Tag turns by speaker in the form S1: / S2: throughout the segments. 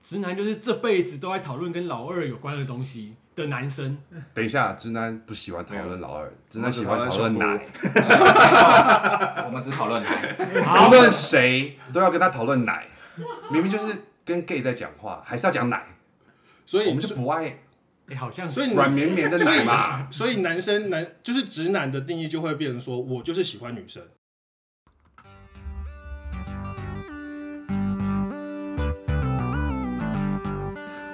S1: 直男就是这辈子都在讨论跟老二有关的东西的男生。
S2: 等一下，直男不喜欢讨论老二，直男
S3: 我
S2: 喜
S3: 喜
S2: 欢
S3: 欢
S2: 讨论
S3: 小
S2: 奶，
S4: 我们只讨论男，
S2: 无论谁都要跟他讨论奶，明明就是跟 gay 在讲话，还是要讲奶，
S5: 所以
S2: 我们就不爱
S1: 哎、好像是
S5: 所以你
S2: 软绵绵的
S5: 所
S2: 奶
S5: 以
S2: 嘛。
S5: 所以男生男就是直男的定义就会变成说，我就是喜欢女生。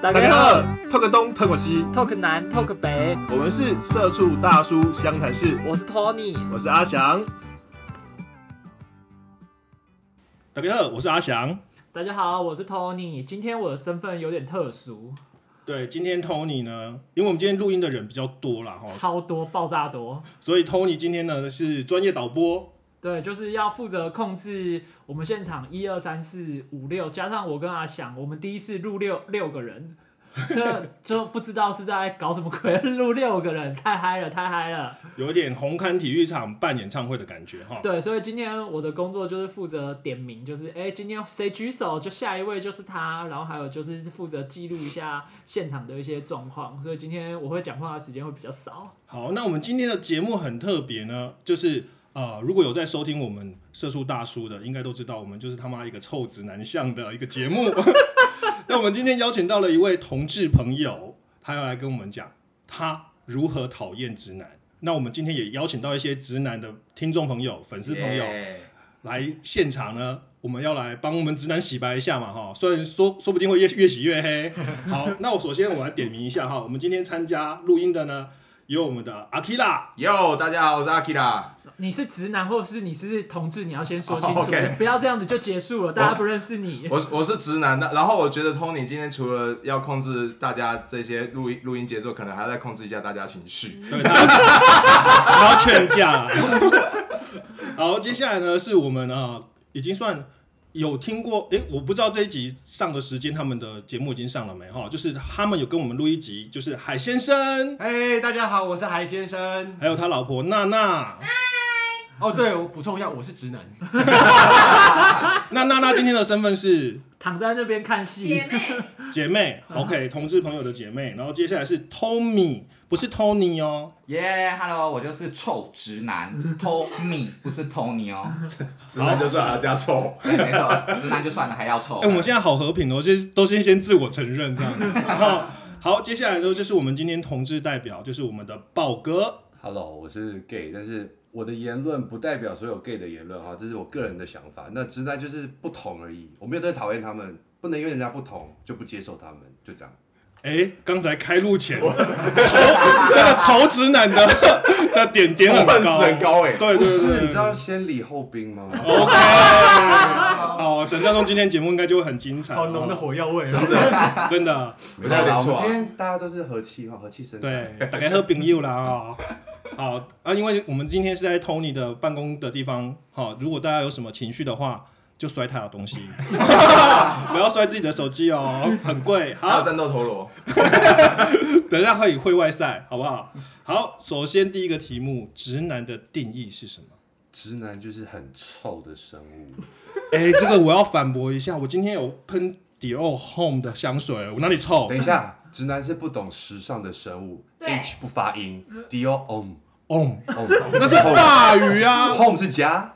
S6: 大家好
S3: 透个东，透个西，
S6: ，Talk 南 Talk 北，
S3: 我们是社畜大叔湘潭市，
S6: 我是 Tony，
S3: 我是阿翔。
S5: 大家好，我是阿翔。
S6: 大家好，我是 Tony。今天我的身份有点特殊，
S5: 对，今天 Tony 呢，因为我们今天录音的人比较多啦，哈，
S6: 超多爆炸多。
S5: 所以 Tony 今天呢是专业导播，
S6: 对，就是要负责控制我们现场一二三四五六，加上我跟阿翔，我们第一次录六六个人，这 就不知道是在搞什么鬼，录六个人太嗨了，太嗨了。
S5: 有一点红磡体育场办演唱会的感觉哈。
S6: 对，所以今天我的工作就是负责点名，就是哎、诶今天谁举手，就下一位就是他，然后还有就是负责记录一下现场的一些状况。所以今天我会讲话的时间会比较少。
S5: 好，那我们今天的节目很特别呢，就是呃，如果有在收听我们社畜大叔的，应该都知道我们就是他妈一个臭直男向的一个节目。 那我们今天邀请到了一位同志朋友，他要来跟我们讲他如何讨厌直男。那我们今天也邀请到一些直男的听众朋友、粉丝朋友来现场呢，我们要来帮我们直男洗白一下嘛哈。虽然说说不定会越越洗越黑。好，那我首先我来点名一下哈，我们今天参加录音的呢，有我们的阿 k i l a
S4: 哟，大家好，我是阿 Kira。
S6: 你是直男，或者是你是同志，你要先说清 楚
S4: 哦，OK
S6: 你不要这样子就结束了，大家不认识你。
S4: 我是我是直男的，然后我觉得 Tony 今天除了要控制大家这些录音录音节奏，可能还要再控制一下大家情绪。
S5: 对他，他要劝架啦。好，接下来呢是我们啊、呃已经算有听过，诶，我不知道这一集上的时间，他们的节目已经上了没哈？就是他们有跟我们录一集，就是海先生，
S1: 哎、大家好，我是海先生。
S5: 还有他老婆娜娜。
S1: 哦，对，我补充一下，我是直男。
S5: 那娜娜今天的身份是
S6: 躺在那边看戏
S7: 姐，妹，
S5: 姐妹，OK，同
S2: 嗯
S5: 志朋友的姐妹。然后接下来是 Tommy，不是 Tony 哦。
S4: 耶、
S8: h e 我就是臭直男 Tommy，不是 Tony 哦。
S4: 直男就是还要加臭。
S8: 对没错，直男就算了，还要臭
S5: 哎、。我们现在好和平哦，就是都先先自我承 认这样子。然后好，接下来呢就是我们今天同志代表，就是我们的豹哥。
S2: Hello，我是 gay，但是我的言论不代表所有 gay 的言论哈，这是我个人的想法。那直男就是不同而已，我没有在讨厌他们，不能因为人家不同就不接受他们，就这样。
S5: 哎、刚才开录前，仇那个仇直男的 的点点很
S4: 仇
S5: 高，啊
S4: 恨值很高哎
S5: 对
S2: 不
S5: 对对
S2: 是，
S5: 对
S2: 你知道先礼后兵吗？
S5: OK，好，想象中今天节目应该就会很精彩，
S1: 好浓的
S5: 哦
S1: 火药味哦。
S5: 真的。
S2: 没有啦，我
S4: 错
S2: 们
S4: 啊
S2: 今天大家都是和气哈，和气生财。
S5: 对，大概喝朋友啦 啊、好啊，因为我们今天是在 Tony 的办公的地方，好、如果大家有什么情绪的话，就摔他的 东西，不要摔自己的手机哦，很贵。
S4: 还有
S5: 好，
S4: 战斗陀螺，
S5: 等一下会会外赛，好不好？好，首先第一个题目，直男的定义是什么？
S2: 直男就是很臭的生物，
S5: 哎、 这个我要反驳一下，我今天有喷 Dior Home 的香水，我哪里臭
S2: 等一下，直男是不懂时尚的生物
S7: 对
S2: ，H 不发音，Dior om om，
S5: ？On，、哦那是大鱼啊。
S2: home 是家，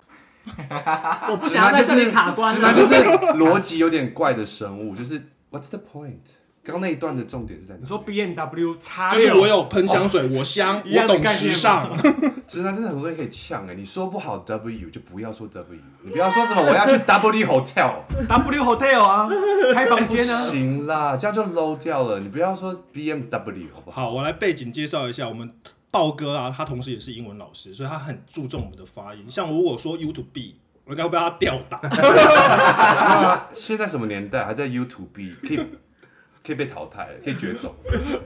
S6: 我不
S2: 直
S6: 想要
S2: 男
S6: 在
S2: 就
S6: 这里
S2: 是
S6: 卡关
S2: 直男就
S6: 了。
S2: 是逻辑有点怪的生物，就是 What's the point？刚那一段的重点是在
S1: 你
S2: 哪？
S1: 说 B N W 叉
S5: 就是我有喷香水，我香，
S1: 一样
S5: 我
S1: 的
S5: 懂
S1: 概念
S5: 时
S1: 吗
S5: 尚。
S2: 直男真的很多东西可以呛哎、你说不好 W 就不要说 W，你不要说什么我要去 W hotel，
S1: W Hotel 啊，开房
S2: 哎不
S1: 间啊。
S2: 行啦，这样就 low 掉了。你不要说 BMW 好不好？
S5: 好，我来背景介绍一下我们豹哥啊，他同时也是英文老师，所以他很注重我们的发音。像如果说 U to B，我应该会被他吊打。
S2: 那现在什么年代还在 YouTube 可以可以被淘汰了，可以绝种，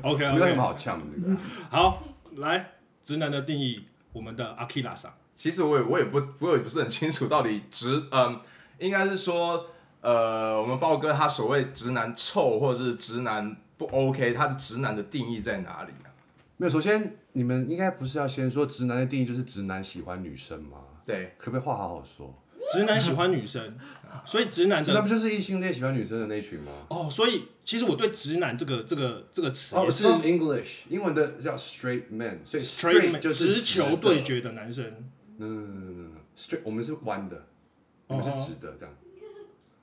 S5: OK
S2: 没有什
S5: OK，
S2: 么好呛的这个。
S5: 好，来，直男的定义，我们的阿 k i l a 上，
S4: 其实我也我也不我也不是很清楚到底直嗯，应该是说呃，我们豹哥他所谓直男臭或者是直男不 OK，他的直男的定义在哪里啊？
S2: 没有，首先你们应该不是要先说直男的定义就是直男喜欢女生吗？
S4: 对，
S2: 可不可以话好好说？
S5: 直男喜欢女生，所以直男
S2: 直男
S5: 的
S2: 不就是异性恋喜欢女生的那一群吗？
S5: 哦，所以其实我对直男这个这个这个词也
S2: 哦，
S5: 是
S2: 是 English，英文的叫 straight man，所以
S5: straight
S2: straight
S5: man，
S2: 就是
S5: 直球对决的男生。
S2: No no no no no straight，我们是弯的，我们是直
S5: 哦
S2: 的，这样。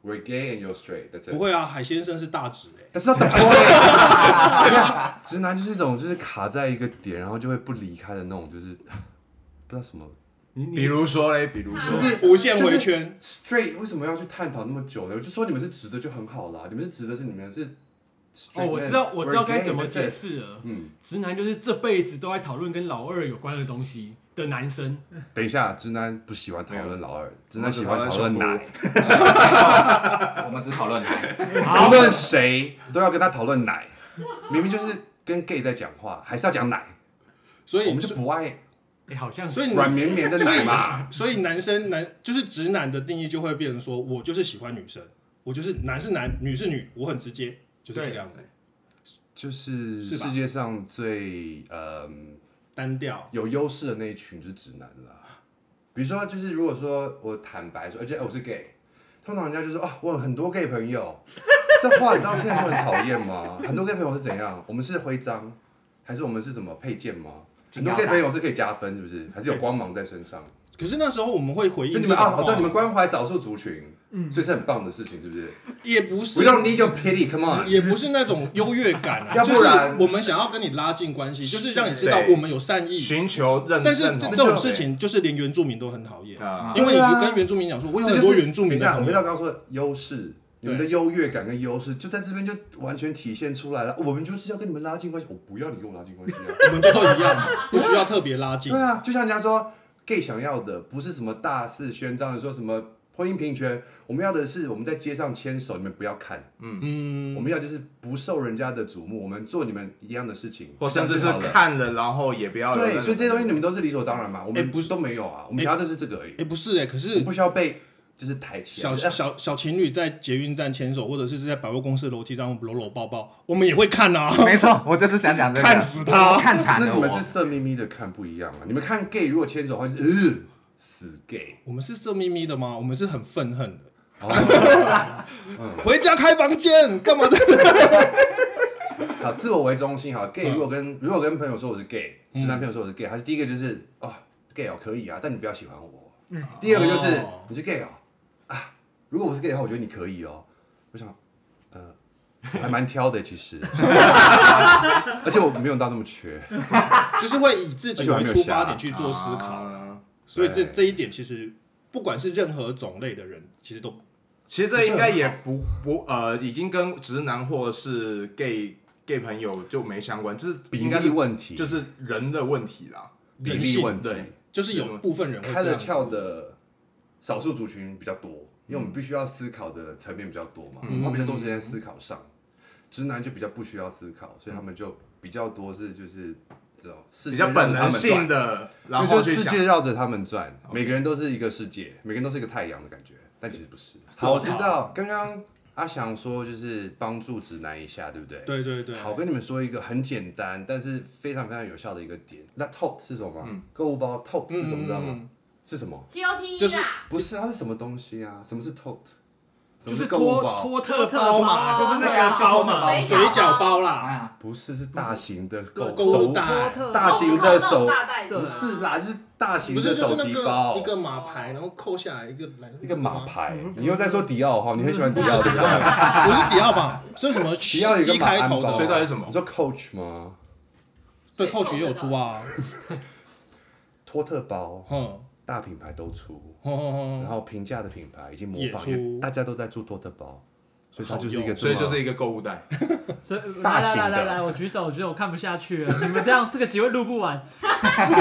S2: We're gay and you're straight，that's it
S5: 不会啊，海先生是大直哎、
S2: 但是要打破 欸直男就是一种就是卡在一个点，然后就会不离开的那种，就是 不知道什么。
S1: 你
S4: 比
S1: 你
S4: 如说嘞，比如
S5: 就
S4: 说，
S5: 是无限回圈。
S2: straight 为什么要去探讨那么久呢？我就说你们是直的就很好啦，你们是直的是你们是 straight
S1: 哦，
S2: man，
S1: 我知道我知道
S2: we're
S1: 该
S2: gay，
S1: 怎么
S2: that's it
S1: 解。释了。
S2: 嗯，
S1: 直男就是这辈子都在讨论跟老二有关的东西的男生，
S2: 等一下，直男不喜欢讨论老二，直男喜欢
S4: 我只
S2: 讨
S4: 讨论
S2: 论奶，
S8: 我们只讨论来，
S2: 无论谁都要跟他讨论奶，明明就是跟 gay 在讲话，还是要讲奶，
S5: 所
S2: 我
S5: 以
S2: 们就不爱
S1: 哎，好像是
S5: 所以你
S2: 软绵绵的奶嘛。
S5: 所以男生男就是直男的定义就会变成说，我就是喜欢女生，我就是男是男，女是女，我很直接，就是这个样子，
S2: 就是
S5: 是吧
S2: 世界上最呃
S5: 单调。
S2: 有优势的那一群就是直男啦。比如说，就是如果说我坦白说，而且我是 gay，通常人家就说啊，我有很多 gay 朋友， 这话你知道现在就很讨厌吗？很多 gay 朋友是怎样？我们是徽章，还是我们是什么配件吗？很多 gay 朋友是可以加分，是不是？还是有光芒在身上？
S5: 可是那时候我们会回应
S2: 就
S5: 这
S2: 你
S5: 种
S2: 们啊，
S5: 话
S2: 我知道你们关怀少数族群，所以是很棒的事情，是不是
S5: 也不是
S2: ？We don't need your pity，come on。
S5: 也不是那种优越感啊，
S2: 要
S5: 就
S2: 不
S5: 是
S2: 然
S5: 我们想要跟你拉近关系，就是让你知道
S4: 对
S5: 我们有善意。
S4: 寻求认
S5: 但是
S4: 认
S5: 这
S4: 同
S5: 这种事情就是连原住民都很讨厌，
S4: 啊，
S5: 因为
S2: 对
S5: 你
S2: 啊
S5: 跟原住民讲说，我有
S2: 这
S5: 很
S2: 就
S5: 多
S2: 是
S5: 原住民
S2: 等一
S5: 的
S2: 下，我
S5: 朋
S2: 们要
S5: 友，
S2: 刚刚说的优势，你们的优越感跟优势就在这边就完全体现出来了。我们就是要跟你们拉近关系，我不要你跟我拉近关系啊。
S5: 我们就都一样，不需要特别拉近
S2: 对。啊，就像人家说，gay 想要的不是什么大肆宣张的说什么婚姻平权，我们要的是我们在街上牵手，你们不要看，
S5: 嗯，
S2: 我们要就是不受人家的瞩目，我们做你们一样的事情，
S4: 或
S2: 这
S4: 甚
S2: 样
S4: 至
S2: 就是好了。
S4: 看了然后也不要有任
S2: 对，
S4: 何
S2: 所以这些东西你们都是理所当然嘛，我
S5: 哎
S2: 们
S5: 不是
S2: 都没有啊，我们想要的是这个而已
S5: 哎，，不是哎，可
S2: 我
S5: 是
S2: 们不需要被就是抬起来
S5: 小。呃小小情侣在捷运站牵手，或者是在百货公司楼梯上搂搂抱抱，我们也会看 啊。
S8: 没错，我就是想讲这个，
S5: 看死他
S8: 我看惨
S2: 那
S8: 了
S2: 你
S8: 我
S2: 们。是色眯眯的看不一样啊！你们看 gay 如果牵手的话，就是呃死 gay，
S5: 我们是色眯眯的吗？我们是很愤恨的。
S2: 哦 嗯
S5: 回家开房间干嘛 的？
S2: 好，自我为中心好 gay 如果跟如果跟朋友说我是 gay，直男朋友说我是 gay，他是第一个就是哦 gay 哦可以啊，但你不要喜欢我。第二个就是
S5: 哦
S2: 你是 gay 哦啊，如果我是 gay 的话，我觉得你可以哦。我想，呃， 我还蛮挑的其实，而且我没有到那么缺。
S5: 就是会以自己为出发点去做思考，
S4: 啊
S5: 所以这
S2: 对
S5: 这一点其实不管是任何种类的人，其实都
S4: 其实这应该也不不呃，已经跟直男或是 gay gay 朋友就没相关，这是
S2: 比
S4: 应该
S2: 例
S4: 是
S2: 问题，
S4: 就是人的问题啦。
S2: 比
S5: 人
S2: 例
S5: 性
S2: 问题
S4: 对。
S5: 就是有部分人会
S2: 开
S5: 这
S2: 了
S5: 样子。嗯
S2: 窍的少数族群比较多，因为我们必须要思考的层面比较多嘛，我们花比较多时间在思考上。直男就比较不需要思考，所以他们就比较多是就是这种
S4: 比较本能性
S2: 的，
S4: 的，
S2: 因
S4: 然
S2: 为
S4: 后
S2: 就
S4: 去
S2: 世
S4: 想
S2: 界绕着他们转，每个人都是一个世界，每个人都是一个太阳的感觉，但其实不是。好，我知道刚刚阿翔说就是帮助直男一下，对不对？
S5: 对对对，
S2: 好，跟你们说一个很简单，但是非常非常有效的一个点。那 tote 是什么
S5: 嗯
S2: 吗？购物包 tote 是什么？知道吗？是什么？
S5: 就
S7: TOT
S5: 是
S7: 啦，
S2: 不是，它是什么东西啊？什么是 tote？
S1: 就
S2: 什么
S1: 是
S2: 购物
S1: 托
S2: 包？
S1: 托特包嘛，就是那个包嘛，
S5: 水饺包啦，
S8: 啊，
S2: 不是，是大型的购
S5: 购物
S2: 手
S6: 托
S5: 袋，
S6: 特
S2: 大型的手
S7: 哦大袋子
S6: 对
S2: 不是啦，就是大型
S5: 不是
S2: 的
S5: 就是
S2: 手
S5: 那
S2: 提
S5: 个
S2: 包
S5: 一，个马牌，然后扣下来一个蓝
S2: 一个马，牌。你又在说迪奥哈？你很喜欢迪奥对不对？
S5: 嗯不是迪奥吧？是什么
S2: 迪奥有一个
S5: C
S2: 马
S5: 开
S2: 鞍
S5: 头
S2: 包，
S4: 所以
S5: 的？
S4: 到底是什么
S2: 你说 Coach 吗？
S5: 对，扣取也有出啊，
S2: 托特包，
S5: 嗯。
S2: 大品牌都出，
S5: 哦
S2: 然
S5: 哦
S2: 后平价的品牌已经模
S5: 也
S2: 仿，
S5: 出
S2: 因为大家都在做托特包，所以它
S5: 好
S2: 就是一
S5: 用
S2: 个
S4: 所
S2: 这
S4: 以
S2: 么，
S4: 就是一个购物袋，
S6: 所以呃
S2: 大
S6: 来
S2: 型
S6: 来
S2: 的
S6: 来来来，我举手，我觉得我看不下去了，你们这样这个集会录不 完。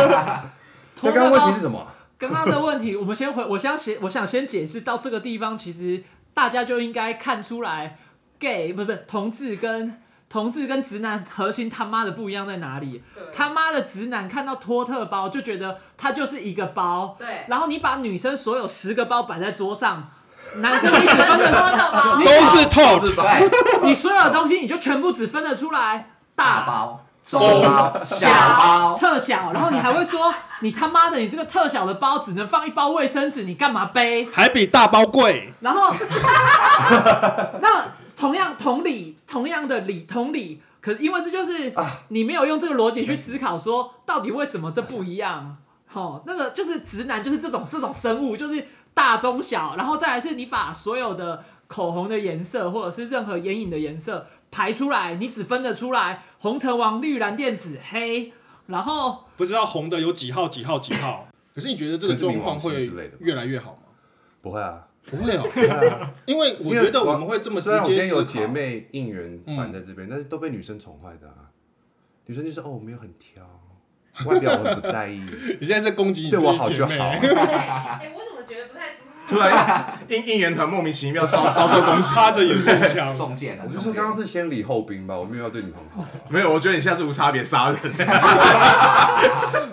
S2: 那刚刚问题是什么？
S6: 刚刚的问题，我们先回，我想先我想先解释到这个地方，其实大家就应该看出来，gay 不是不是同志跟同志跟直男核心他妈的不一样在哪里？
S7: 对
S6: 他妈的直男看到托特包就觉得它就是一个包，
S7: 对，
S6: 然后你把女生所有十个包摆在桌上，男生你只分得
S7: 托特包
S5: 都是 t o
S4: 是吧？
S8: 对，
S6: 你所有的东西你就全部只分得出来大
S8: 大包，中包小包，
S6: 特小，然后你还会说你他妈的，你这个特小的包只能放一包卫生纸，你干嘛背？
S5: 还比大包贵。
S6: 然后， 那同样同理，同样的理同理，可是因为这就是你没有用这个逻辑去思考，说到底为什么这不一样？好、那个就是直男，就是这种这种生物，就是大中小，然后再来是你把所有的口红的颜色或者是任何眼影的颜色排出来，你只分得出来红、橙、黄、绿、蓝、靛、紫、黑，然后
S5: 不知道红的有几号几号几号。 可是你觉得这个状况
S2: 可是冥王
S5: 会
S2: 星之类的吧
S5: 越来越好吗？
S2: 不会啊，
S5: 不会哦，
S2: 对啊
S5: 因 为 我觉得我们会这么直
S2: 虽然我今
S5: 接
S2: 天有
S5: 思
S2: 姐
S5: 考。
S2: 妹应援团在这
S5: 嗯
S2: 边，但是都被女生宠坏的啊。女生就说：“哦，我没有很挑，外表我很不在意，
S5: 你现在在攻击你自
S2: 对我
S5: 己
S2: 好
S5: 姐
S2: 就
S5: 妹，
S2: 好。
S7: 哎，我怎么觉得不太舒服？
S4: 突然 应应援团莫名其妙遭遭受攻击，
S5: 插着眼中枪。
S8: 中箭了。”
S2: 我就说刚刚是先礼后兵吧，我没有要对你们很好。
S4: 没有，我觉得你现在是无差别 杀人。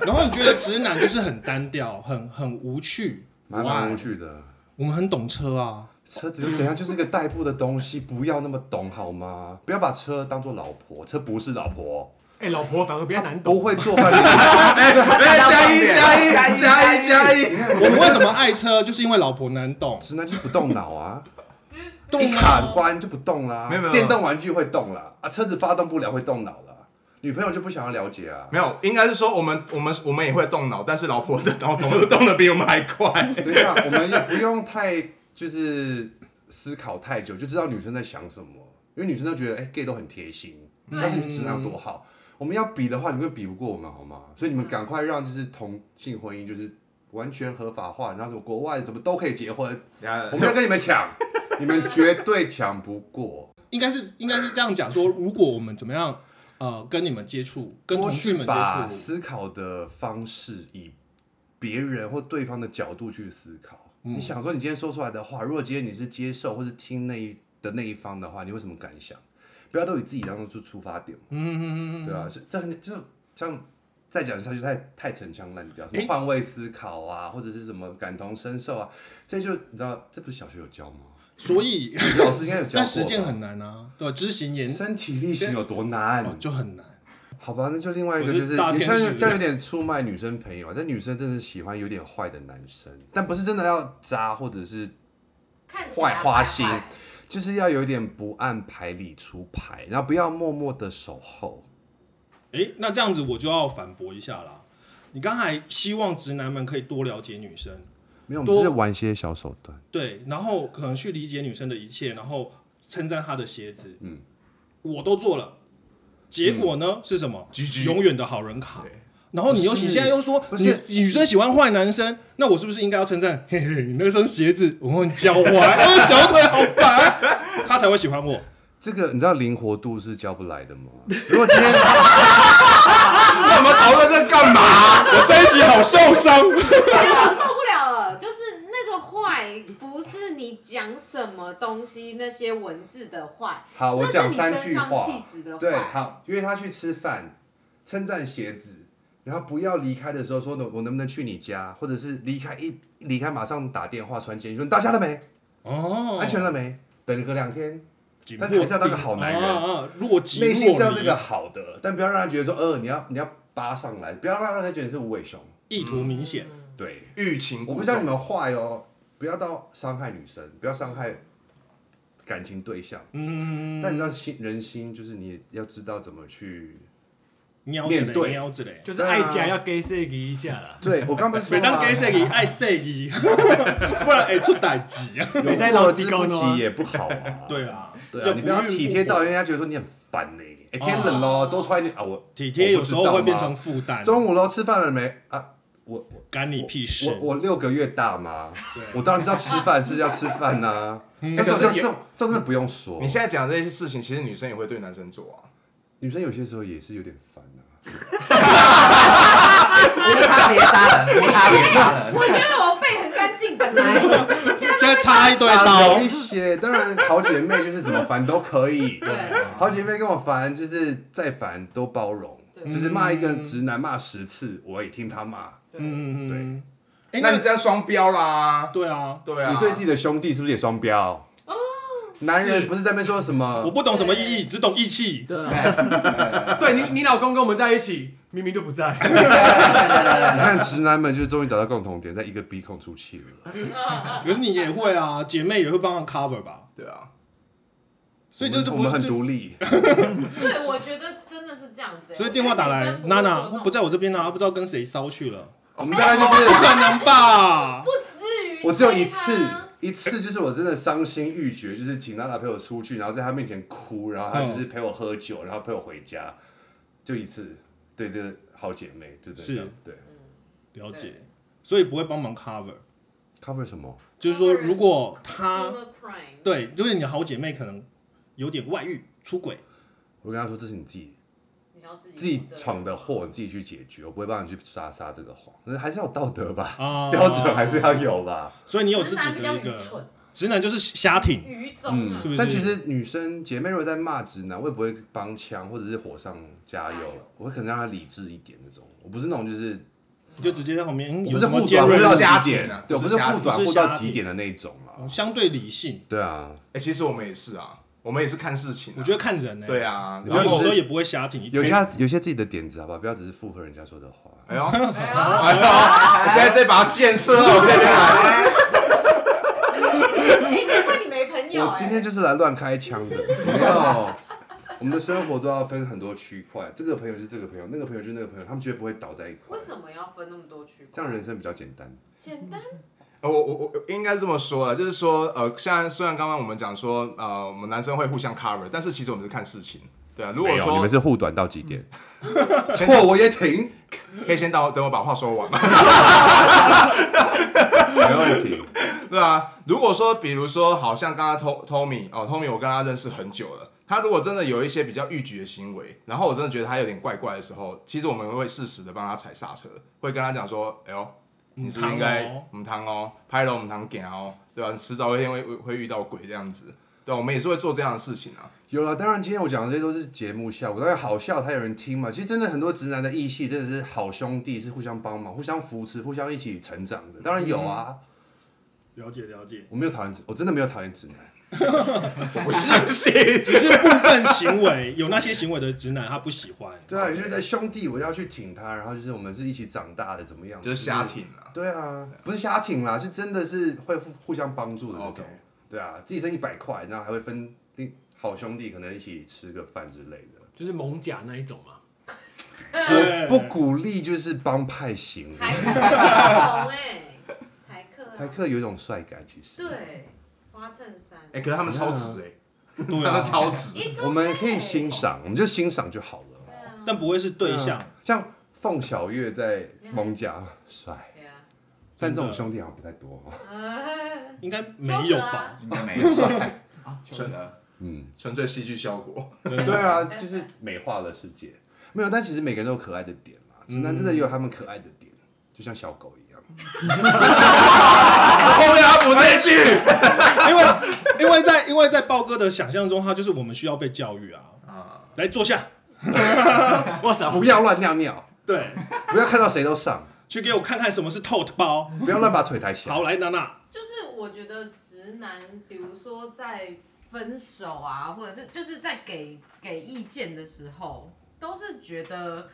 S5: 然后你觉得直男就是很单调，很很无趣，
S2: 蛮
S5: Why？
S2: 蛮无趣的。
S5: 我们很懂车啊，
S2: 车子又怎样，就是个代步的东西，不要那么懂好吗？不要把车当做老婆，车不是老婆，
S1: 哎、老婆反而比较难懂。
S2: 不会做饭的女生。
S4: 哎，加一加一
S8: 加一
S4: 加一加一，
S5: 我们为什么爱车，就是因为老婆难懂。
S2: 直男就是不动脑啊，
S5: 动
S2: 一
S5: 啊
S2: 卡关就不动啦。
S4: 没有没有
S2: 电动玩具会动啦，啊，车子发动不了会动脑啦。女朋友就不想要了解啊。
S4: 没有，应该是说我们我们我们也会动脑，但是老婆的脑动动的比我们还 快。
S2: 等一下，啊我们也不用太就是思考太久，就知道女生在想什么，因为女生都觉得哎、gay 都很贴心，但是直男有多好。我们要比的话，你们比不过我们好吗？所以你们赶快让就是同性婚姻就是完全合法化，然后什么国外什么都可以结婚，我们要跟你们抢， 你们绝对抢不过。
S5: 应该是应该是这样讲说，如果我们怎么样，呃，跟你们接触，跟
S2: 多
S5: 同事
S2: 去
S5: 们
S2: 把
S5: 接触，
S2: 思考的方式以别人或对方的角度去思考。
S5: 嗯
S2: 你想说你今天说出来的话，如果今天你是接受或是听那一的那一方的话，你会什么感想？不要都以自己当做出出发点嘛，
S5: 嗯，
S2: 对啊，是这很就是这样再讲下去太太陈腔滥调，什
S5: 哎
S2: 么换位思考啊，或者是什么感同身受啊，这就你知道，这不是小学有教吗？
S5: 所以
S2: 老师应该有教过吧。
S5: 但实践很难啊，对吧？知行言
S2: 身体力行有多难？
S5: 哦就很难。
S2: 好吧，那就另外一个
S5: 我是
S2: 就是，
S5: 大
S2: 你
S5: 天
S2: 像
S5: 使
S2: 这样有点出卖女生朋友啊，但女生真的喜欢有点坏的男生，但不是真的要渣，或者是
S7: 看起来
S2: 坏花心
S7: 坏
S2: 就是要有点不按牌理出牌，然后不要默默的守候。
S5: 诶，那这样子我就要反驳一下啦。你刚才希望直男们可以多了解女生，
S2: 没有，我们
S5: 多
S2: 只是玩些小手段。
S5: 对，然后可能去理解女生的一切，然后称赞她的鞋子，嗯，我都做了，结果呢、
S2: 嗯
S5: 是什么
S4: GG
S5: 永远的好人卡
S4: 对。
S5: 然后你又
S2: 不是
S5: 你现在又说
S2: 不
S5: 女
S2: 是
S5: 女生喜欢坏男生，那我是不是应该要称赞？嘿嘿，你那双鞋子我很脚 踝，哦，小腿好白，他才会喜欢我。
S2: 这个你知道灵活度是教不来的吗？如果今 天
S4: 我们讨论这 干嘛？
S5: 我这一集好受伤，
S7: 哎我受不了了，就是那个坏不是你讲什么东西那些文字的坏，
S2: 好，我
S7: 那是
S2: 讲
S7: 你
S2: 三
S7: 身
S2: 句
S7: 上
S2: 话
S7: 气质的，
S2: 对，
S7: 坏
S2: 好，约他去吃饭，称赞鞋子，然后不要离开的时候说我我能不能去你家，或者是离开一离开马上打电话传简讯说你到家了没？
S5: 哦，
S2: 安全了没？等你个两天，
S5: 紧
S2: 但是还
S5: 迫
S2: 是要当个好男人
S5: 啊啊啊如果急
S2: 内心
S5: 迫
S2: 是要这个好的，但不要让他觉得说，呃，你要你要扒上来，不要让人家觉得你是无尾熊。
S5: 意图明显，
S2: 对，
S4: 欲擒
S2: 我
S4: 故
S2: 不像你
S4: 纵。
S2: 们坏哦，不要到伤害女生，不要伤害感情对象。
S5: 嗯，
S2: 但你知道心人心，就是你要知道怎么去。
S5: 喵之
S2: 面
S5: 类，
S2: 对
S5: 喵之类。
S1: 就是爱家要给 s a 一下啦，
S2: 对我刚不是说
S5: 每
S2: 吗
S5: 当给谁给爱谁 给，不然哎出代志啊。
S2: 有过之不及也不好啊。
S5: 对啊，
S2: 对啊，你不要体贴到人家觉得说你很烦呢。哎，天冷喽，多穿一点啊。我
S5: 体贴，有时候会变成
S2: 我不
S5: 负担
S2: 知道吗。中午喽，吃饭了没啊？我我
S5: 干你屁事
S2: 我！我六个月大嘛，我当然知道吃饭是要吃饭呐。这种
S4: 可是
S2: 这种
S4: 也
S2: 这种真的不用说
S4: 你。现在讲这些事情，其实女生也会对男生做啊。
S2: 女生有些时候也是有点烦啊。
S8: 无差别杀人，无差别杀人。
S7: 我觉得我背很干净，本来
S5: 现在插一堆
S2: 当
S5: 刀
S2: 然有，一些，当然好姐妹就是怎么烦都可以。
S7: 对
S2: 好姐妹跟我烦，就是再烦都包容，
S7: 对
S2: 就是骂一个直男骂十次，我也听他骂。
S7: 对，
S5: 嗯
S2: 对
S5: 嗯嗯。哎，
S4: 那
S5: 那
S4: 你这样双标啦。
S5: 对啊，
S4: 对啊，
S2: 你对自己的兄弟是不是也双标？男人不是在那边说什么，
S5: 我不懂什么意义，只懂义气。
S6: 对啊，
S4: 对
S1: 对你，你老公跟我们在一起，明明就不在。
S2: 你看直男们就是终于找到共同点，在一个鼻孔出气了。
S5: 可是你也会啊，姐妹也会帮她 cover 吧？
S4: 对啊，
S5: 所以这就
S2: 我
S5: 不
S2: 们
S5: 是
S2: 很
S5: 就，
S2: 独立，
S7: 对，我觉得真的是这样子欸。
S5: 所以电话打
S7: 我
S2: 哎
S5: 来
S7: 觉得，女
S5: 娜
S7: 生
S5: 娜
S7: 会做这种
S5: 不在我这边啊，不知道跟谁骚去了，
S2: 我们大概就是
S5: 不可能吧？
S7: 不至于。
S2: 我只有一次，一次就是我真的伤心欲绝，就是请娜娜陪我出去，然后在她面前哭，然后她
S5: 嗯
S2: 就是陪我喝酒，然后陪我回家，就一次。对，就是好姐妹，就这样
S5: 是。
S2: 对
S5: 了解
S7: 对，
S5: 所以不会帮忙 cover。
S2: ，cover 什么？
S5: 就是说，如果她
S7: Summer Prime
S5: 对，就是你的好姐妹可能有点外遇、出轨，
S2: 我跟她说，这是你自己
S7: 你要自己
S2: 自己
S7: 负责
S2: 闯的祸，你自己去解决，我不会帮你去撒撒这个谎。但是还是要有道德吧，
S5: 啊
S2: 标准还是要有吧。
S5: 所以你有自
S7: 直男
S5: 己
S7: 比较
S5: 的一
S7: 愚
S5: 个
S7: 蠢，
S5: 直男就是瞎挺，
S7: 愚忠啊，
S5: 是不是？
S2: 嗯但其实女生姐妹如果在骂直男，我也不会帮腔或者是火上加
S7: 加
S2: 油
S7: 油，
S2: 我会可能让她理智一点那种。我不是那种就是
S5: 你就直接在旁边
S2: 我
S5: 嗯
S2: 不
S5: 有
S2: 是
S5: 什
S2: 护
S5: 么
S2: 短
S5: 尖
S2: 护
S5: 锐
S2: 到
S5: 的
S4: 瞎
S2: 极
S4: 点
S2: 点
S4: 啊，
S2: 对，我
S4: 不
S2: 不
S4: 是
S2: 是
S4: 瞎
S2: 护短
S5: 不是
S2: 护到
S5: 瞎
S2: 极
S5: 点
S2: 点的那一种啊。
S5: 相对理性，
S2: 对啊，
S4: 哎、其实我们也是啊，我们也是看事情、啊，
S5: 我觉得看人呢。
S4: 对，啊，
S5: 然后有时候
S4: 也，
S5: 也不会瞎挺，
S2: 有些有些自己的点子，好不好？不要只是附和人家说的话。
S4: 哎呦，
S7: 哎呀
S4: 哎呦，我现在在把它建设到我这边来，
S7: 哎，难怪你没欸朋友。
S2: 嗯我今天
S7: 就
S2: 就是来乱开枪的，没有。我们的生活都要分很多区块，这个朋友是这个朋友，那个朋友就是那个朋友，他们绝对不会倒在一块
S7: 为。什么要分那么多区块？
S2: 这样人生比较简单。
S7: 简单，
S4: 呃我我我应该这么说了，就是说，呃，虽然虽然刚刚我们讲说，呃，我们男生会互相 cover，但是其实我们是看事情，对啊，如果
S2: 没有你
S4: 说
S2: 们是护短到极点， 错我也挺，
S4: 可以先到等我把话说完嘛，
S2: 没问题。
S4: 对啊，如果说比如说，好像刚刚 To- Tommy 哦，Tommy 我跟他认识很久了，他如果真的有一些比较逾矩的行为，然后我真的觉得他有点怪怪的时候，其实我们会适时的帮他踩刹车，会跟他讲说，哎呦，你是不是应
S5: 唔通
S4: 该
S5: 哦
S4: 唔汤哦，拍了唔汤行哦，对吧、你迟早有一天会会会遇到鬼这样子，对啊、我们也是会做这样的事情啊，
S2: 有了，当然今天我讲的这些都是节目效果，当然好笑才有人听嘛。其实真的很多直男的义气真的是好兄弟，是互相帮忙、互相扶持、互相一起成长的。当然有啊，
S5: 了解了解，
S2: 我没有讨厌直，我真的没有讨厌直男。
S4: 我不相信，
S5: 只是部分行为有那些行为的直男他不喜欢，
S2: 对啊，有些在兄弟，我要去挺他，然后就是我们是一起长大的，怎么样？
S4: 就是瞎。挺啊。
S2: 对啊，不是瞎挺啦，是真的是会互互相帮助的那种
S4: OK。
S2: 对啊，自己剩一百块，然后还会分另好兄弟可能一起吃个饭之类的。
S1: 就是蒙甲那一种嘛。
S2: 我不鼓励就是帮派行为，
S7: 台客很红哎，台客啊
S2: 台客有一种帅感，其实。
S7: 对花衬衫，
S4: 哎、可是他们超值哎、
S5: 对
S4: 他
S5: 啊
S4: 们，超值，
S7: It's
S2: 我们可以
S7: okay
S2: 欣。赏，我们就欣赏就好了。
S7: 对啊
S5: 但不会是对象，
S2: 像凤小岳在蒙甲帅，
S7: 对啊
S2: 但这种兄弟好像不太多。
S7: 哎
S5: 应该没有吧？
S8: 应该没有。
S6: 啊，
S8: 真的，
S2: 嗯，
S4: 纯粹戏剧效果。
S5: 真
S2: 对
S5: 的，
S2: 啊，就是美化了世界。没有，但其实每个人都有可爱的点嘛。直男真的也有他们可爱的点，就像小狗一样。
S4: 后面要补这一句，
S5: 因为因为在因为在豹哥的想象中，他就是我们需要被教育啊，
S4: 啊，
S5: 来坐下，
S1: 哇 塞，
S2: 不要乱尿尿，
S5: 对，
S2: 不要看到谁都上，
S5: 去给我看看什么是 tote 包，
S2: 不要乱把腿抬起来。
S5: 好，来娜娜，
S7: 就是我觉得直男，比如说在分手啊，或者是就是在给给意见的时候，都是觉得，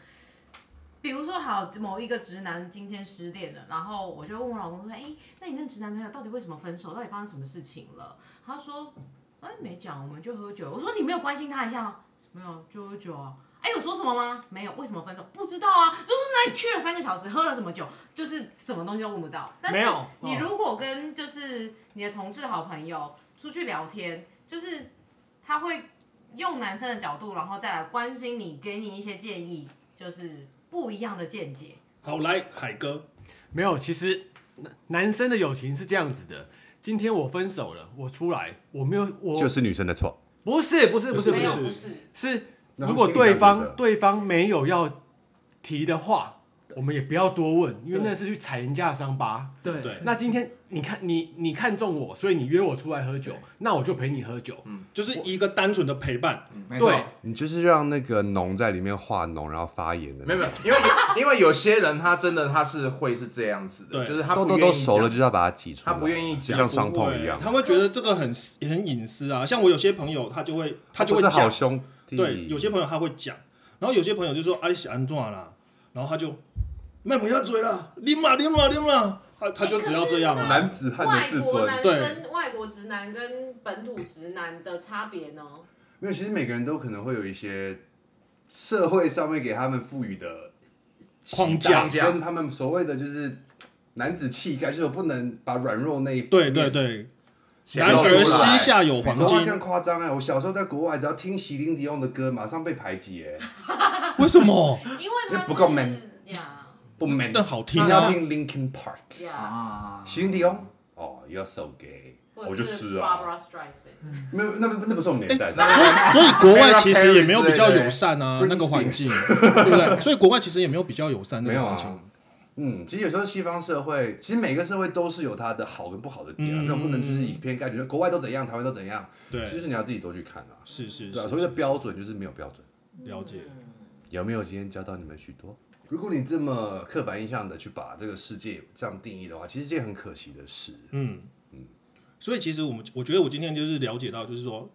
S7: 比如说好某一个直男今天失恋了，然后我就问我老公说，哎、那你那直男朋友到底为什么分手？到底发生什么事情了？他说，哎、没讲，我们就喝酒。我说你没有关心他一下吗？没有，就喝酒啊。哎、有说什么吗？没有，为什么分手？ 不知道啊。就是那你去了三个小时，喝了什么酒，就是什么东西都问不到。但是
S1: 没有
S7: 你
S1: 哦
S7: 如果跟就是你的同志好朋友出去聊天，就是他会用男生的角度，然后再来关心你，给你一些建议，就是不一样的见解。
S5: 好来海哥，
S1: 没有，其实男男生的友情是这样子的。今天我分手了，我出来，我没有，我
S2: 就是女生的错。
S1: 不是不是不是不
S7: 没有
S1: 是
S7: 不是，
S1: 是，
S2: 然后
S1: 如果
S2: 心里
S1: 对
S2: 想着
S1: 方对方没有要提的话，我们也不要多问，因为
S6: 对
S1: 那是去踩人家的伤疤。
S6: 对
S5: 对
S1: 那今天你看你你看中我，所以你约我出来喝酒，那我就陪你喝酒。
S7: 嗯
S5: 就是一个单纯的陪伴，
S8: 没错
S1: 对，
S2: 你就是让那个脓在里面化脓，然后发炎的那
S4: 没有
S2: 种。
S4: 没有，因为 因为有些人他真的他是会是这样子的，
S5: 对
S4: 就是他
S2: 痘
S4: 不
S2: 痘
S4: 愿
S2: 都
S4: 意
S2: 熟了，
S4: 讲
S2: 就是要把它挤出来。
S4: 他不愿意
S2: 就
S4: 讲
S2: 像伤痛一样
S5: 不会。他会觉得这个很很隐私啊。像我有些朋友，他就会他就会
S2: 不是好
S5: 讲，
S2: 兄弟。
S5: 对，有些朋友他会讲，然后有些朋友就说啊，你喜安怎啦，然后他就卖不下嘴了，拎嘛拎嘛拎嘛，他他就只要这样
S7: 可是
S5: 啊。
S2: 男子汉的
S7: 外
S2: 自
S7: 国
S2: 尊。
S7: 男生、外国直男跟本土直男的差别呢？
S2: 没有，其实每个人都可能会有一些社会上面给他们赋予的
S5: 框
S2: 期待
S5: 架
S2: 跟他们所谓的就是男子气概，就是我不能把软弱那一
S5: 对对对，
S4: 显
S5: 男
S4: 露出
S5: 儿膝
S4: 来。
S5: 下
S2: 比
S5: 有
S2: 如
S5: 黄
S2: 说
S5: 金，
S2: 更夸张哎！我小时候在国外，只要听席琳迪翁的歌，马上被排挤哎，
S5: 为什么？
S7: 因为他是
S2: 不够 man
S7: 呀
S2: 不 man。
S5: 但好听
S2: 你要
S5: 啊，
S2: 听 Linkin Park，
S7: 呀，
S8: 啊，
S2: 席琳迪翁，哦，You're so gay，我
S7: 或
S2: 就
S7: 者
S2: 是
S7: 是
S2: 啊，
S7: Barbara Streisand，
S2: 没有，那不那不是我们年代，
S4: 那
S5: 所以国外其实也没有比较友善啊，
S2: 啊 Britney
S5: 那个环 境，对不对？所以国外其实也没有比较友善那
S2: 没
S5: 个
S2: 有
S5: 环境
S2: 啊。。嗯，其实有时候西方社会，其实每个社会都是有它的好跟不好的点啊，
S5: 嗯
S2: 那、不能就是以偏概全，国外都怎样，台湾都怎样，
S5: 对，
S2: 其实你要自己多去看啊。
S5: 是是
S2: 对啊，
S5: 是，
S2: 所谓的标准就是没有啊标准，
S5: 了解。
S2: 有没有今天教到你们许多？如果你这么刻板印象的去把这个世界这样定义的话，其实这件很可惜的事。
S5: 嗯，所以其实我们我觉得我今天就是了解到，就是说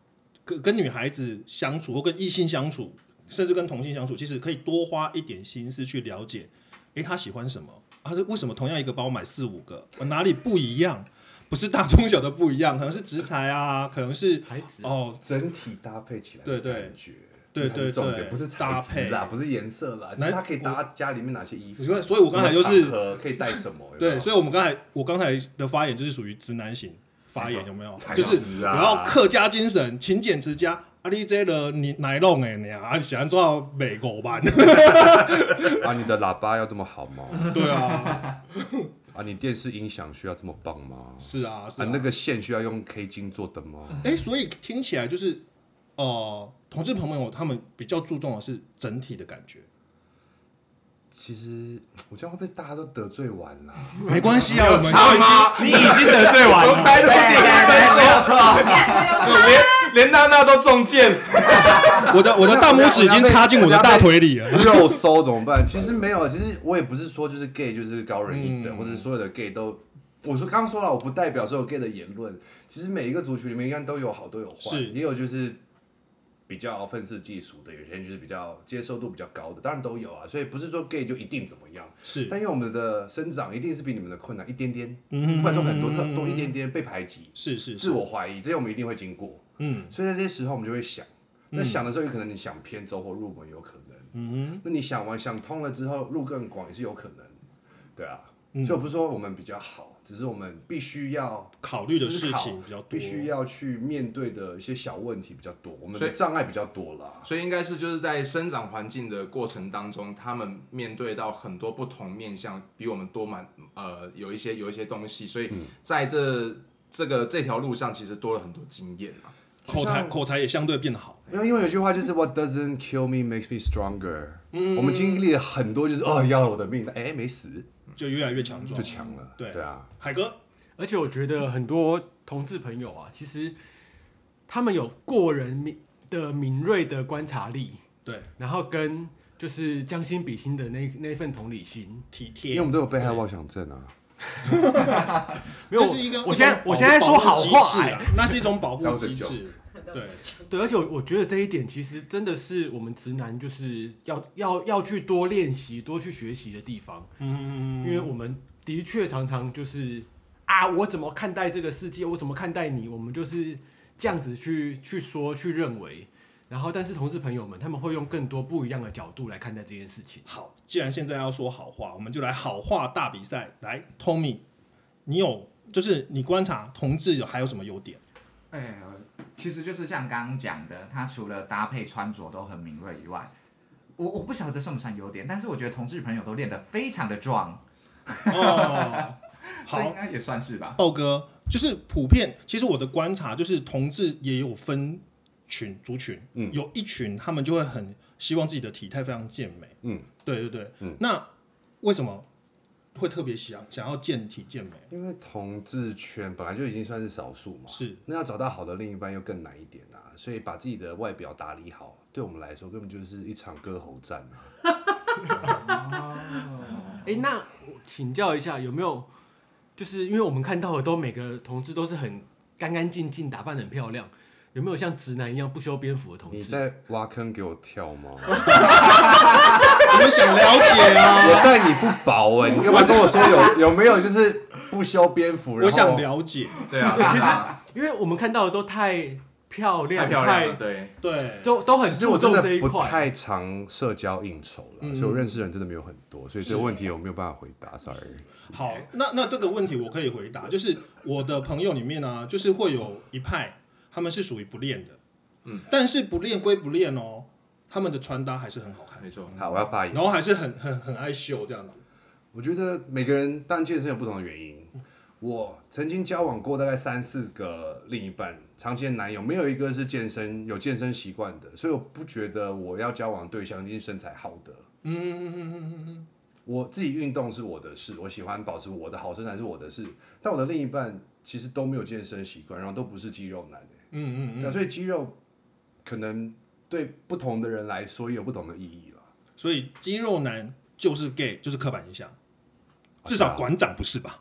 S5: 跟跟女孩子相处或跟异性相处，甚至跟同性相处，其实可以多花一点心思去了解，诶，她喜欢什么？啊，这为什么同样一个包买四五个，我哪里不一样？不是大中小的不一样，可能是食材啊，可能是
S1: 才子
S5: 哦，
S2: 整体搭配起来的
S5: 对对
S2: 感觉，
S5: 对
S2: 它是
S5: 对
S2: 重点
S5: 对
S2: 不是
S5: 搭
S2: 材质啦，
S5: 配
S2: 不是颜色啦，其
S5: 男
S2: 实它可以搭家里面哪些衣服。啊
S5: 你说所以我刚才就是
S2: 什么场合可以带什么？有没有
S5: 对，所以我们刚才我刚才的发言就是属于直男型发言，有没有
S2: 太？
S5: 就是
S2: 直啊
S5: 然后客家精神、勤俭持家。啊，你这个你奶弄哎，你啊，喜欢做到美国版，
S2: 啊，你的喇叭要这么好吗？
S5: 对啊，
S2: 啊，你电视音响需要这么棒吗？
S5: 是啊，是
S2: 啊
S5: 啊，，
S2: 那个线需要用 K 金做的吗？
S5: 哎，所以听起来就是，呃，同志朋友他们比较注重的是整体的感觉，
S2: 其实我这样会被大家都得罪完啦、
S5: 没关系啊，我们
S4: 差
S5: 都已经
S4: 吗？你已经得罪完了，开
S8: 对
S4: 第一分
S8: 对对，没有
S4: 钟，
S8: 错，
S4: 连连娜娜都中箭，
S5: 我的我的大拇指已经插进我的大腿里 了，
S2: 肉搜怎么办？其实没有，啊其实我也不是说就是 gay 就是高人一
S5: 嗯
S2: 等，或者是所有的 gay 都。我说刚刚说了，我不代表所有 gay 的言论。其实每一个族群里面应该都有好，都有坏，
S5: 是
S2: 也有就是比较愤世嫉俗的，有些人就是比较接受度比较高的，当然都有啊。所以不是说 gay 就一定怎么样，
S5: 是嗯
S2: 但因为我们的生长一定是比你们的困难一点点，或者说很多次多一点点被排挤，
S5: 是是
S2: 自
S5: 是，
S2: 我怀疑，这些我们一定会经过。
S5: 嗯，
S2: 所以在这些时候，我们就会想，那想的时候，有可能你想偏走火入魔，有可能。嗯那你想完想通了之后，路更广也是有可能，对啊。
S5: 嗯
S2: 所以我不是说我们比较好，只是我们必须要
S5: 考虑的事
S2: 思考
S5: 情比较多
S2: 必须要去面对的一些小问题比较多，我们
S4: 所
S2: 的
S4: 以
S2: 障碍比较多啦。
S4: 所以应该是就是在生长环境的过程当中，他们面对到很多不同面向，比我们多蛮呃有一些有一些东西，所以
S2: 嗯
S4: 在这这个这条路上，其实多了很多经验嘛。
S5: 口才口才也相对变好，
S2: 因为因为有句话就是 “What doesn't kill me makes me stronger”。我
S5: 嗯
S2: 们经历了很多，就是哦要了我的命，哎没死
S5: 就越来越强壮
S2: 就，强了。
S5: 哦对
S2: 啊，
S5: 海哥。
S1: 而且我觉得很多同志朋友啊，其实他们有过人敏的敏锐的观察力，
S5: 对，
S1: 然后跟就是将心比心的那那份同理心。
S5: 体
S2: 因
S5: 贴
S2: 为我们都有被害妄想症啊。
S1: 没有，
S5: 那是一个，
S1: 我现在
S5: 一种
S1: 我现在
S5: 保
S1: 说好
S5: 保护机制
S1: 话、哎
S5: 啊，那是一种保护
S2: That was a
S5: 机
S2: joke
S5: 制，对，
S1: 对，而且我我觉得这一点其实真的是我们直男就是要要要去多练习、多去学习的地方，
S5: 嗯，
S1: 因为我们的确常常就是啊，我怎么看待这个世界，我怎么看待你，我们就是这样子去去说、去认为。然后，但是同事朋友们他们会用更多不一样的角度来看待这件事情。
S5: 好，既然现在要说好话，我们就来好话大比赛。来，Tommy，你有就是你观察同志有还有什么优 点？
S8: 哎，其实就是像刚刚讲的，他除了搭配穿着都很敏锐以外，我我不晓得这算不算优点，但是我觉得同志朋友都练得非常的壮，
S5: 哦，
S8: 所以
S5: 好
S8: 应，该也算是吧。
S5: 豹哥，就是普遍，其实我的观察就是同志也有分群族群，
S2: 嗯
S5: 有一群他们就会很希望自己的体态非常健美，
S2: 嗯，
S5: 对对对，
S2: 嗯
S5: 那为什么会特别想想要健体健美？
S2: 因为同志圈本来就已经算是少数嘛，
S5: 是
S2: 那要找到好的另一半又更难一点啊，所以把自己的外表打理好，对我们来说根本就是一场歌喉战啊。
S5: 嗯
S1: 哎、那我请教一下，有没有就是因为我们看到的都每个同志都是很干干净净，打扮得很漂亮，有没有像直男一样不修边幅的同
S2: 你
S1: 志？
S2: 在挖坑给我跳 吗？
S5: 我们想了解 啊，
S2: 我待你不薄哎、你干嘛跟我说有有没有就是不修边幅？然后
S5: 我想了解，
S4: 对啊，
S1: 对，其实因为我们看到的都太漂亮，
S4: 太漂亮了，对。
S5: 对，
S1: 都 都很
S2: 其实
S1: 注
S2: 我真
S1: 重
S2: 的
S1: 这一
S2: 不
S1: 块。
S2: 太常社交应酬了，
S5: 嗯
S2: 所以我认识人真的没有很多，所以这个问题我没有办法回答，sorry。
S5: 好，那那这个问题我可以回答，就是我的朋友里面呢、啊，就是会有一派，他们是属于不练的，嗯，但是不练归不练哦，他们的穿搭还是很好看，
S4: 没错，
S2: 好，我要发言
S5: 然。后还是很很很爱秀这样子，
S2: 我觉得每个人当然健身有不同的原因。我曾经交往过大概三四个另一半，长期的男友没有一个是健身有健身习惯的，所以我不觉得我要交往的对象一定是身材好的。
S5: 嗯嗯嗯嗯嗯嗯嗯，
S2: 我自己运动是我的事，我喜欢保持我的好身材是我的事，但我的另一半其实都没有健身习惯，然后都不是肌肉男、欸
S5: 嗯嗯
S2: 对啊
S5: 嗯，
S2: 所以肌肉可能对不同的人来说有不同的意义了。
S5: 所以肌肉男就是 gay，就是刻板印象，至少馆长不是吧？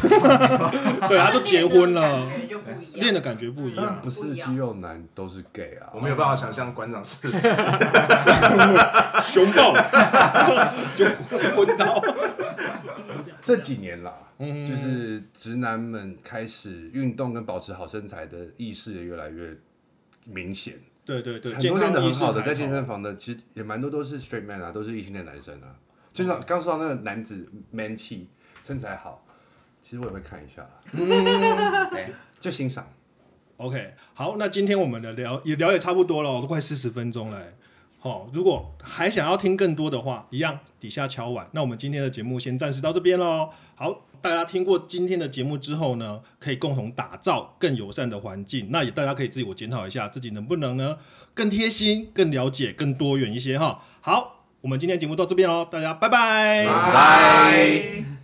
S5: 对，啊他都结婚了，
S7: 感觉就不一样，
S5: 练的感觉不一
S2: 当
S5: 样
S2: 然不，是肌肉男都是 gay 啊，
S4: 我没有办法想象馆长是
S5: 熊抱 就昏倒，
S2: 这几年啦，
S5: 嗯
S2: 就是直男们开始运动跟保持好身材的意识也越来越明显，
S5: 对对对，
S2: 很
S5: 健
S2: 多练
S5: 康
S2: 的
S5: 意
S2: 很
S5: 识
S2: 好的，
S5: 抬
S2: 在
S5: 头
S2: 健身房的其实也蛮多都是 straight man 啊，都是异性恋男生
S5: 哦
S2: 啊。就像刚说到那个男子 man 气，身材好，其实我也会看一下啦，
S8: 对，
S2: 就欣赏。
S5: OK，好，那今天我们的聊也聊也差不多了哦，都快四十分钟了欸。好、如果还想要听更多的话，一样底下敲碗。那我们今天的节目先暂时到这边喽。好，大家听过今天的节目之后呢，可以共同打造更友善的环境。那也大家可以自己我检讨一下，自己能不能呢更贴心、更了解、更多元一些哈。好，我们今天节目到这边喽，大家拜拜
S4: 拜。